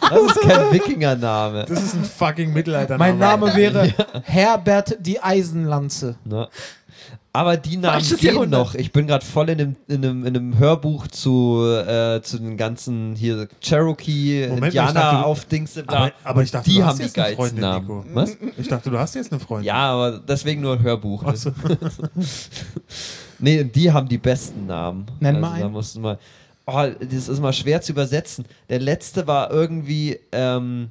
Das ist kein Wikingername. Das ist ein fucking Mittelaltername. Mein Name wäre Herbert die Eisenlanze. Ne? Aber die Namen Falsches gehen Jahrhundert. noch. Ich bin gerade voll in einem, in, einem, in einem Hörbuch zu, äh, zu den ganzen hier Cherokee, Moment, ich dachte, Indianer du- auf Dings. Aber, aber ich dachte, die du hast haben die jetzt eine geilsten Freundin, Nico. Namen. Was? Ich dachte, du hast jetzt eine Freundin. Ja, aber deswegen nur ein Hörbuch. Ach so. Nee, die haben die besten Namen. Also Nenn mal Da einen. mussten wir, oh, das ist mal schwer zu übersetzen. Der letzte war irgendwie, ähm,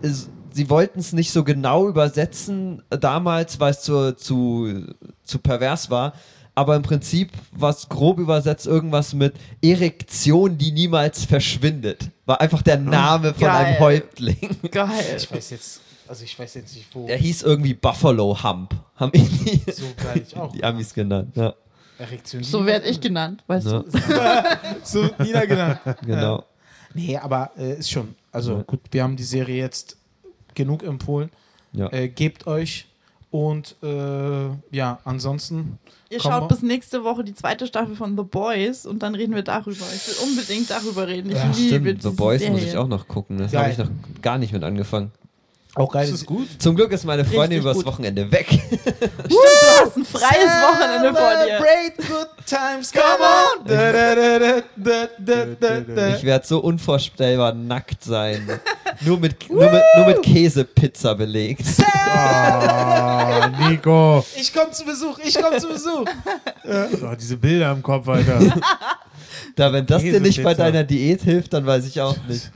ist, sie wollten es nicht so genau übersetzen damals, weil es zu, zu, zu pervers war. Aber im Prinzip war es grob übersetzt irgendwas mit Erektion, die niemals verschwindet. War einfach der Hm. Name von Geil. einem Häuptling. Geil. Ich weiß jetzt, also ich weiß jetzt nicht, wo. Der hieß irgendwie Buffalo Hump. Haben ihn die, So geil ich auch. die Amis genannt. Ja, Erektion. So werde ich genannt, weißt ja, du. So Nina genannt. genau. Nee, aber äh, ist schon. Also Ja. gut, wir haben die Serie jetzt genug empfohlen. Ja. Äh, gebt euch. Und äh, ja, ansonsten. Ihr Komm mal. schaut bis nächste Woche die zweite Staffel von The Boys und dann reden wir darüber. Ich will unbedingt darüber reden. Ich liebe Stimmt, The diese Boys Serie. muss ich auch noch gucken. ne? Das Geil. habe ich noch gar nicht mit angefangen. Auch geil. Das ist gut. Zum Glück ist meine Freundin Richtig übers gut. Wochenende weg. Stimmt, du hast ein freies Wochenende vor dir. Celebrate good times, come on! Da, da, da, da, da, da, da, da. Ich werde so unvorstellbar nackt sein. nur, mit, nur, mit, nur mit Käsepizza belegt. Ah, Nico. Ich komm zu Besuch, ich komm zu Besuch. So, diese Bilder im Kopf, Alter. Da, wenn das dir nicht bei Käsepizza. deiner Diät hilft, dann weiß ich auch nicht.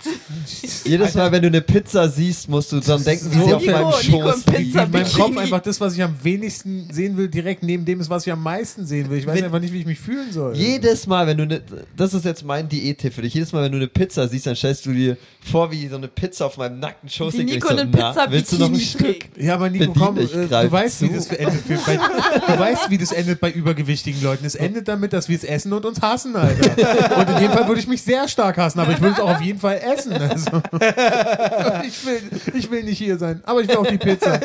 Jedes Mal, wenn du eine Pizza siehst, musst du dann denken, wie so sie auf Nico- meinem Nico im Schoß Pizza- liegt. In meinem Bikini. Kopf einfach das, was ich am wenigsten sehen will, direkt neben dem ist, was ich am meisten sehen will. Ich weiß Wenn- einfach nicht, wie ich mich fühlen soll. Jedes Mal, wenn du eine, das ist jetzt mein Diät-Tipp für dich. Jedes Mal, wenn du eine Pizza siehst, dann stellst du dir vor, wie so eine Pizza auf meinem nackten Schoß Wie liegt. Nico Ich so, einen na, willst du noch ein Pizza-Bikini Stück? trägt. Ja, aber Nico, Bedien komm, dich, äh, du greif weißt, wie zu. das endet. Bei, bei, du weißt, wie das endet bei übergewichtigen Leuten. Es endet damit, dass wir es essen und uns hassen, Alter. Und in dem Fall würde ich mich sehr stark hassen, aber ich würde es auch auf jeden Fall essen. Also. Ich, will, ich will nicht hier sein, aber ich will auch die Pizza.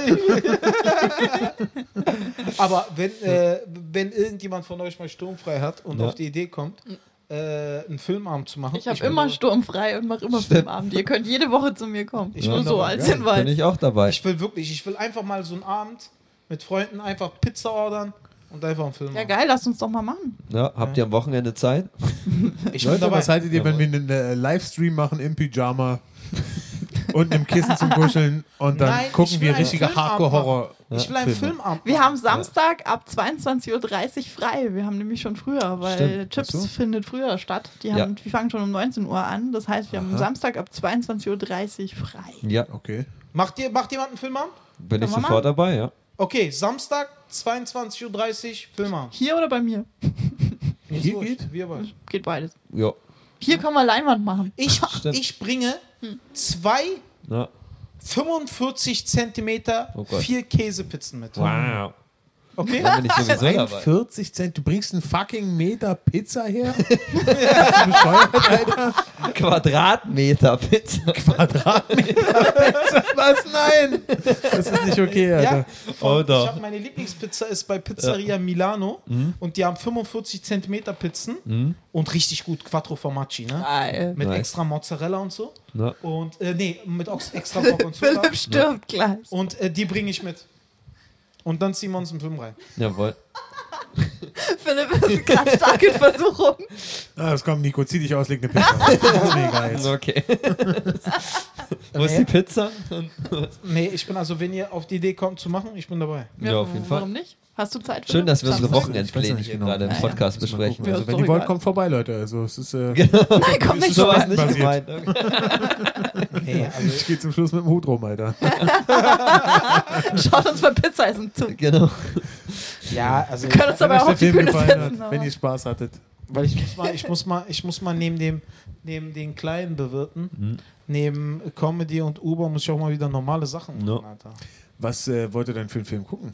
Aber wenn, äh, wenn irgendjemand von euch mal sturmfrei hat und Ja. auf die Idee kommt, äh, einen Filmabend zu machen. Ich habe bin immer dabei. sturmfrei und mache immer Filmabend. Ihr könnt jede Woche zu mir kommen. Ich Nur bin so dabei, als geil. Bin Hinweis. ich auch dabei. Ich will wirklich, ich will einfach mal so einen Abend mit Freunden einfach Pizza ordern und einfach einen Film Ja, machen. geil, lass uns doch mal machen. Ja, habt ihr am Wochenende Zeit? Ich bin Leute, dabei. was haltet ihr, wenn wir einen äh, Livestream machen im Pyjama und einem Kissen zum Kuscheln und dann Nein, ich gucken will wir einen richtige Filmabend Hardcore-Horror? ich will einen Filmabend. Wir haben Samstag ab 22.30 Uhr frei. Wir haben nämlich schon früher, weil Stimmt. Chips Ach so. findet früher statt. Die, Ja. haben, die fangen schon um 19 Uhr an. Das heißt, wir haben Aha. Samstag ab 22.30 Uhr frei. Ja, Okay. Macht, ihr, macht jemand einen Filmabend? bin Können ich wir sofort dabei, ja. Okay, Samstag, 22.30 Uhr, Filmabend. Hier oder bei mir? Mir ist Hier wurscht, geht? Wir beide. Geht beides. Ja, Hier kann man Leinwand machen. Ich, Stimmt. ich bringe zwei ja. 45 Zentimeter Oh Gott. vier Käsepizzen mit. Wow. Okay? Dann bin ich sowieso dabei. 41 Cent, du bringst einen fucking Meter Pizza her? Bist du bescheuert, Alter? Quadratmeter Pizza. Was? Nein! Das ist nicht okay, Ja, Alter. von, Oder. Mhm. ich hab, meine Lieblingspizza ist bei Pizzeria Milano und die haben 45 Zentimeter Pizzen und richtig gut Quattro Formaggi, ne? Geil. Mit Nice. extra Mozzarella und so. Ja. Und, äh, nee, mit Ox extra Bock und Zucker. Philipp stirbt gleich. Und äh, die bringe ich mit. Und dann ziehen wir uns einen Film rein. Jawohl. Philipp ist gerade stark in Versuchung. Ah, es kommt, Nico, zieh dich aus, leg eine Pizza. auf. Das ist mega jetzt. Okay. Wo ist die Pizza? Nee, ich bin also, wenn ihr auf die Idee kommt zu machen, ich bin dabei. Ja, auf jeden Fall. Warum nicht? Hast du Zeit? Schön, dass wir unsere Samstag? Ich weiß Wochenendpläne nicht hier genau. gerade im Ja, ja. Podcast Mal gucken. besprechen. Ja, Also, ist wenn doch ihr wollt, egal. kommt vorbei, Leute. Also, es ist, äh, Nein, komm nicht So vorbei. war es nicht Basiert. gemeint. Okay. Nee, also ich gehe zum Schluss mit dem Hut rum, Alter. Schaut uns beim Pizza essen zu. Genau. Ja, also Wir können uns aber euch auch auf die Bühne setzen. hat, wenn aber- ihr Spaß hattet. weil ich muss mal, ich muss mal, ich muss mal neben dem, neben den kleinen bewirten, neben Comedy und Uber muss ich auch mal wieder normale Sachen machen, No. Alter. Was äh, wollt ihr denn für einen Film gucken?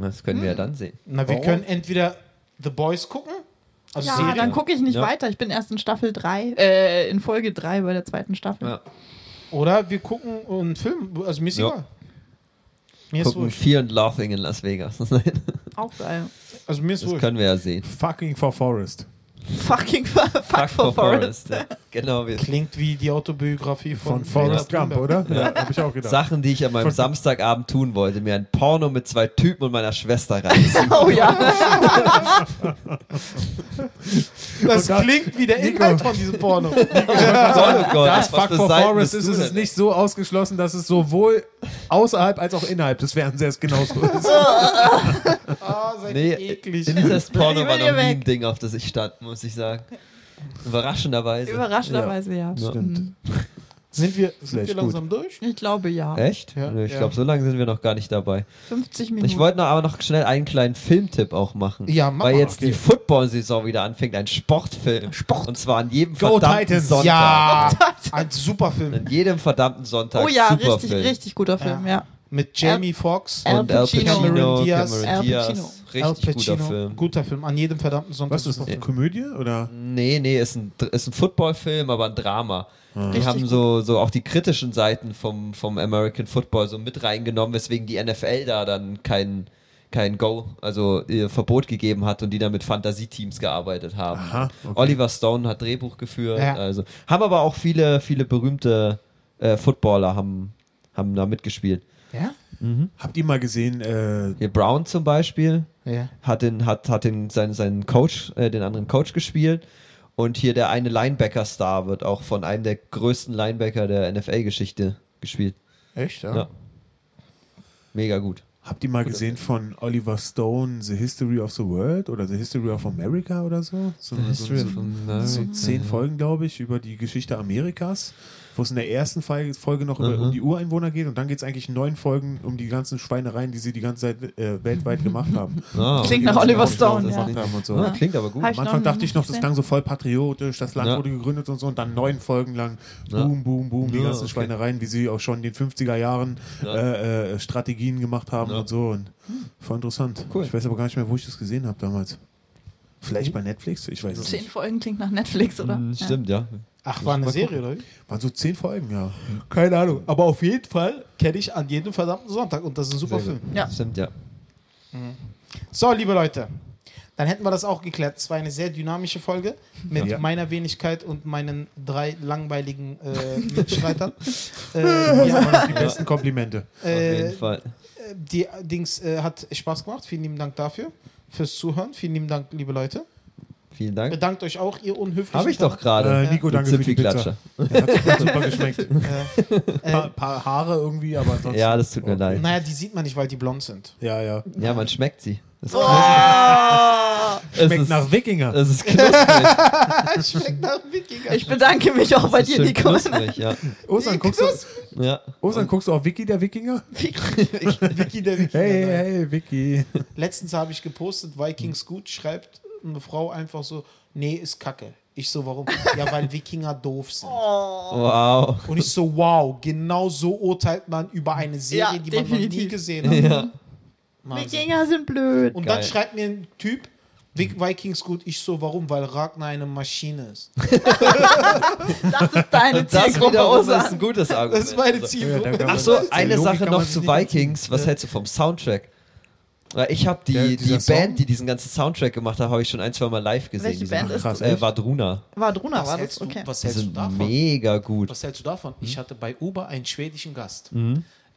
Das können wir ja dann sehen. Na, wir Warum? können entweder The Boys gucken, also Ja, Serie. dann gucke ich nicht Ja. weiter. Ich bin erst in Staffel 3, äh, in Folge 3 bei der zweiten Staffel. Ja. oder wir gucken einen Film, also mir ist Ja. egal. Mir ist Gucken wurscht. Fear and Laughing in Las Vegas. Nein, Auch geil. Also mir ist das wurscht. können wir ja sehen. Fucking for Forest. Fucking fuck, fuck for Forest. ja. Genau, wir Klingt wie die Autobiografie Von von, Forrest Greta Gump, Thunberg. oder? Ja, hab ich auch gedacht. Sachen, die ich an meinem Genau. Von- Samstagabend tun wollte. Mir ein Porno mit zwei Typen und meiner Schwester rein. Oh ja. Das Und da- klingt wie der Nico. Inhalt von diesem Porno. das Fuck for Forest ist, ist es nicht so ausgeschlossen, dass es sowohl außerhalb als auch innerhalb des Fernsehers genauso ist. Ah, seid Nee, ihr eklig. Inzest-Porno Ich war will noch hier nie ein weg. Ding, auf das ich stand, muss ich sagen. Überraschenderweise. Überraschenderweise ja. Stimmt. Sind wir, sind Vielleicht wir gut. langsam durch? Ich glaube ja. Mhm. Echt? Ja, Nö, ich ja. glaube, so lange sind wir noch gar nicht dabei. 50 Minuten. Äh? Ich wollte noch, aber noch schnell einen kleinen Filmtipp auch machen. Ja, mach Weil mal, jetzt okay. die Football-Saison wieder anfängt. Ein Sportfilm. Sport. Und zwar an jedem Go verdammten Titans. Sonntag. Äh, Ja, ein super Film. An jedem verdammten Sonntag. oh ja, Superfilm. richtig, richtig guter Film, ja. Mit Jamie Foxx. Al Und Al Pacino, Pacino, Cameron Cameron Diaz. Diaz. Al Pacino. Richtig guter Film. Guter Film, an jedem verdammten Sonntag. Was ist Mhm. das? Super Eine Komödie? Oder? Nee, nee, ist ein, ist ein Football-Film, aber ein Drama. Die Richtig haben gut. so, so auch die kritischen Seiten vom, vom American Football so mit reingenommen, weswegen die NFL da dann kein, kein Go, also ihr Verbot gegeben hat und die dann mit Fantasieteams gearbeitet haben. Aha, okay. Oliver Stone hat Drehbuch geführt, Ja. also haben aber auch viele, viele berühmte äh, Footballer haben, haben da mitgespielt. Ja? Habt ihr mal gesehen, äh, Hier Brown zum Beispiel, Ja. hat den, hat, hat den, seinen, seinen Coach, äh, den anderen Coach gespielt. Und hier der eine Linebacker-Star wird auch von einem der größten Linebacker der NFL-Geschichte gespielt. Echt, ja? Ja. Mega gut. habt ihr mal gesehen von Oliver Stone The History of the World oder The History of America oder so? So, so, so, so zehn Folgen, glaube ich, über die Geschichte Amerikas, wo es in der ersten Folge Folge noch über, Mhm. um die Ureinwohner geht und dann geht es eigentlich in neun Folgen um die ganzen Schweinereien, die sie die ganze Zeit äh, weltweit gemacht haben. Ah, Klingt nach Oh, Die ganzen Oliver Stone, Aufstände gemacht ja. haben und so. ah, klingt aber gut. Hab Am Anfang noch dachte ich noch, das gesehen. klang so voll patriotisch, das Land Ja. wurde gegründet und so, und dann neun Folgen lang, Ja. boom, boom, boom, die Ja, ganzen okay. Schweinereien, wie sie auch schon in den 50er Jahren Ja. äh, äh, Strategien gemacht haben Ja. und so. Und voll interessant. Cool. Ich weiß aber gar nicht mehr, wo ich das gesehen habe damals. Vielleicht bei Netflix? Ich weiß es Zehn nicht. Folgen klingt nach Netflix, oder? Hm, Stimmt, ja. Ach, war eine Serie, oder? wie? Waren so zehn Folgen, ja. Keine Ahnung. Aber auf jeden Fall kenne ich an jedem verdammten Sonntag und das ist ein super Sehr Film. gut. Ja. Stimmt, ja. So, liebe Leute, dann hätten wir das auch geklärt. Es war eine sehr dynamische Folge mit Ja. meiner Wenigkeit und meinen drei langweiligen äh, Mitstreitern. äh, ja, Die besten Komplimente. Auf äh, jeden Fall. die Dings äh, hat Spaß gemacht. Vielen lieben Dank dafür. Fürs Zuhören. Vielen lieben Dank, liebe Leute. Vielen Dank. Bedankt euch auch, ihr unhöflichen. Habe ich doch gerade. Äh, Nico, Mit danke für die Zipfelklatscher. Pizza. Ja, hat, hat super geschmeckt. Ein paar, Äh, paar Haare irgendwie, aber ansonsten. Ja, das tut mir leid. naja, die sieht man nicht, weil die blond sind. Ja, ja. Ja, man schmeckt sie. Es, es, Oh! Schmeckt ist, äh, nach Wikinger. es ist knusprig. Schmeckt nach Wikinger. Ich bedanke mich auch bei es ist dir, schön Nico. knusprig, ja. Ostern, guckst du, ja. Ostern, guckst du auf Wiki der Wikinger? Wiki der Wikinger. Hey, nein. hey, Wiki. Letztens habe ich gepostet, Hm. Vikings gut, schreibt eine Frau einfach so, nee, ist Kacke. Ich so, warum? Ja, weil Wikinger doof sind. Oh. Wow. Und ich so, wow, genau so urteilt man über eine Serie, Ja, die man noch nie definitiv. gesehen hat. Ja. Wahnsinn. Wikinger sind blöd. Und dann Geil. schreibt mir ein Typ, Wik- Vikings gut, ich so, warum? Weil Ragnar eine Maschine ist. Ah, Das ist deine Und das Zielgruppe, wiederum ist Osan. ein gutes Argument. Das ist meine Also- Zielgruppe. Ja, da- Ach so, Der eine Logik Sache kann noch man zu nicht entziehen. Vikings. Was hältst du vom Soundtrack? Weil ich habe die, Der- die dieser Band, Song? die diesen ganzen Soundtrack gemacht hat, habe ich schon ein, zwei Mal live gesehen. Welche Die Band sind- ist Krass, Äh, echt? Vadruna. War Druna, was war hältst, das? Okay. du, was Die hältst du sind davon? mega gut. Was hältst du davon? Ich Hm? hatte bei Uber einen schwedischen Gast.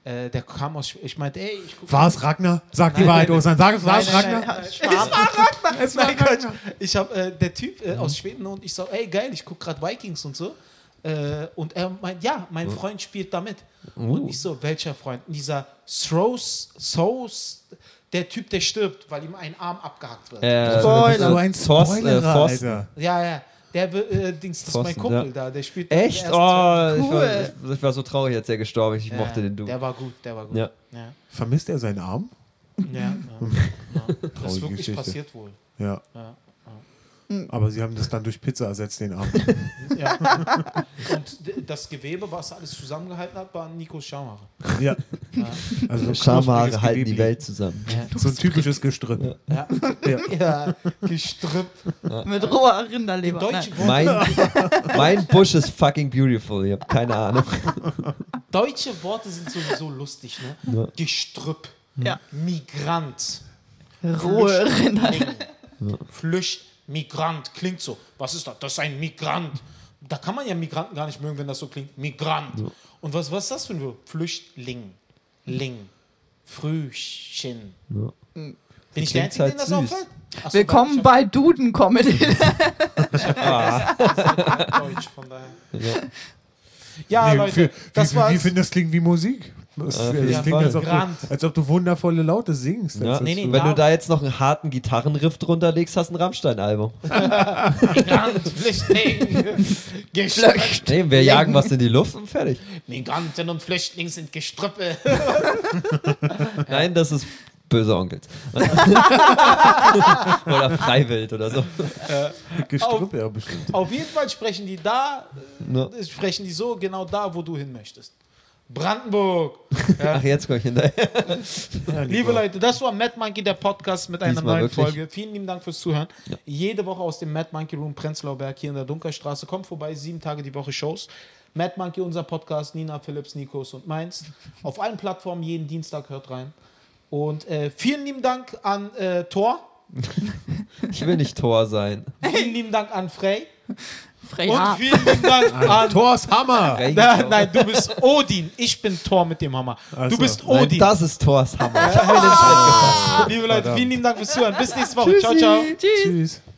Äh, der kam aus. Schw- Ich meinte, ey, ich gucke. War es Ragnar? Sag die Wahrheit, Ostern. Sag es, war es Ragnar? Es war Ragnar. Ich habe äh, der Typ äh, Hm? aus Schweden und ich so, ey geil, ich gucke gerade Vikings und so. Äh, und er meint, ja, mein Hm? Freund spielt damit. Uh. Und ich so, welcher Freund? Und dieser Throws, Throws, der Typ, der stirbt, weil ihm ein Arm abgehackt wird. Äh, Spoiler. So ein Thorsten, äh, Spoiler, Thorsten. Alter. Ja, ja. Der will, äh, Dings, das ist mein Thorsten, Kumpel ja. da, der spielt. Echt? Oh, der erste- ich war, Cool. ich, ich war so traurig, als er gestorben ist. Ich Ja, mochte den Du. Der war gut, der war gut. Ja. Ja. Vermisst er seinen Arm? Ja, Das ist Traurige wirklich Geschichte. passiert wohl. Ja. Mhm. Ja. Aber sie haben das dann durch Pizza ersetzt, den Abend. Ja. Und d- das Gewebe, was alles zusammengehalten hat, war Nikos Schamhaare. ja. Also so ein Schamhaare knuspriges halten die Gewebe. Welt zusammen. So ein typisches Gestrüpp. Ja. Ja. ja. Gestrüpp. Mit roher Rinderleber. Deutsche Wort, Mein, mein Busch ist fucking beautiful. Ich habe keine Ahnung. deutsche Worte sind sowieso lustig, ne? Ja. Gestrüpp. Ja. Migrant. Nein, rohe Rinder. Flüchtling. Flücht. Migrant. Klingt so. Was ist das? Das ist ein Migrant. Da kann man ja Migranten gar nicht mögen, wenn das so klingt. Migrant. Und was, was ist das für ein Wort? Flüchtling. Ling. Frühchen. Ja. Bin ich der Klingt Einzige, halt dem das süß. auffällt? Ach so, Willkommen weil bei Duden Comedy. ich hab Deutsch, von daher. Ja. Ja, Nee, für- Leute, wie, das wie, war's. wie finden das klingt wie Musik? Das, auf das jeden klingt, Fall. als ob, du, Grand. als ob du wundervolle Laute singst. Ja. Das ist- Nee, nee, Wenn da- du da jetzt noch einen harten Gitarrenriff drunter legst, hast du ein Rammstein-Album. Migrant, Flüchtling, Gestrüpp. Nee, wir jagen was in die Luft und fertig. Migranten und Flüchtlinge sind Gestrüppe. Nein, das ist böse Onkels. oder Freiwild oder so. Gestrüpp, ja, bestimmt. Auf jeden Fall sprechen die da, Ne? äh, sprechen die so genau da, wo du hin möchtest. Brandenburg. Ach, jetzt komme ich hinterher. Liebe Leute, das war Mad Monkey, der Podcast mit einer Diesmal neuen wirklich. Folge. Vielen lieben Dank fürs Zuhören. Jede Woche aus dem Mad Monkey Room Prenzlauer Berg hier in der Dunkerstraße. Kommt vorbei, sieben Tage die Woche Shows. Mad Monkey, unser Podcast, Nina, Philips, Nikos und meins. Auf allen Plattformen jeden Dienstag hört rein. Und äh, vielen lieben Dank an äh, Thor. Ich will nicht Tor sein. Vielen lieben Dank an Frey. Freya. Und vielen lieben Dank an Thors Hammer! Nein, nein, du bist Odin. Ich bin Thor mit dem Hammer. Ach du so. bist Also, Nein, Odin. Ah! das ist Tors Hammer. Ich hab mir den Schritt Liebe Leute, vielen lieben Dank fürs Zuhören. Bis nächste Woche. Ciao, ciao. Tschüss. Tschüss.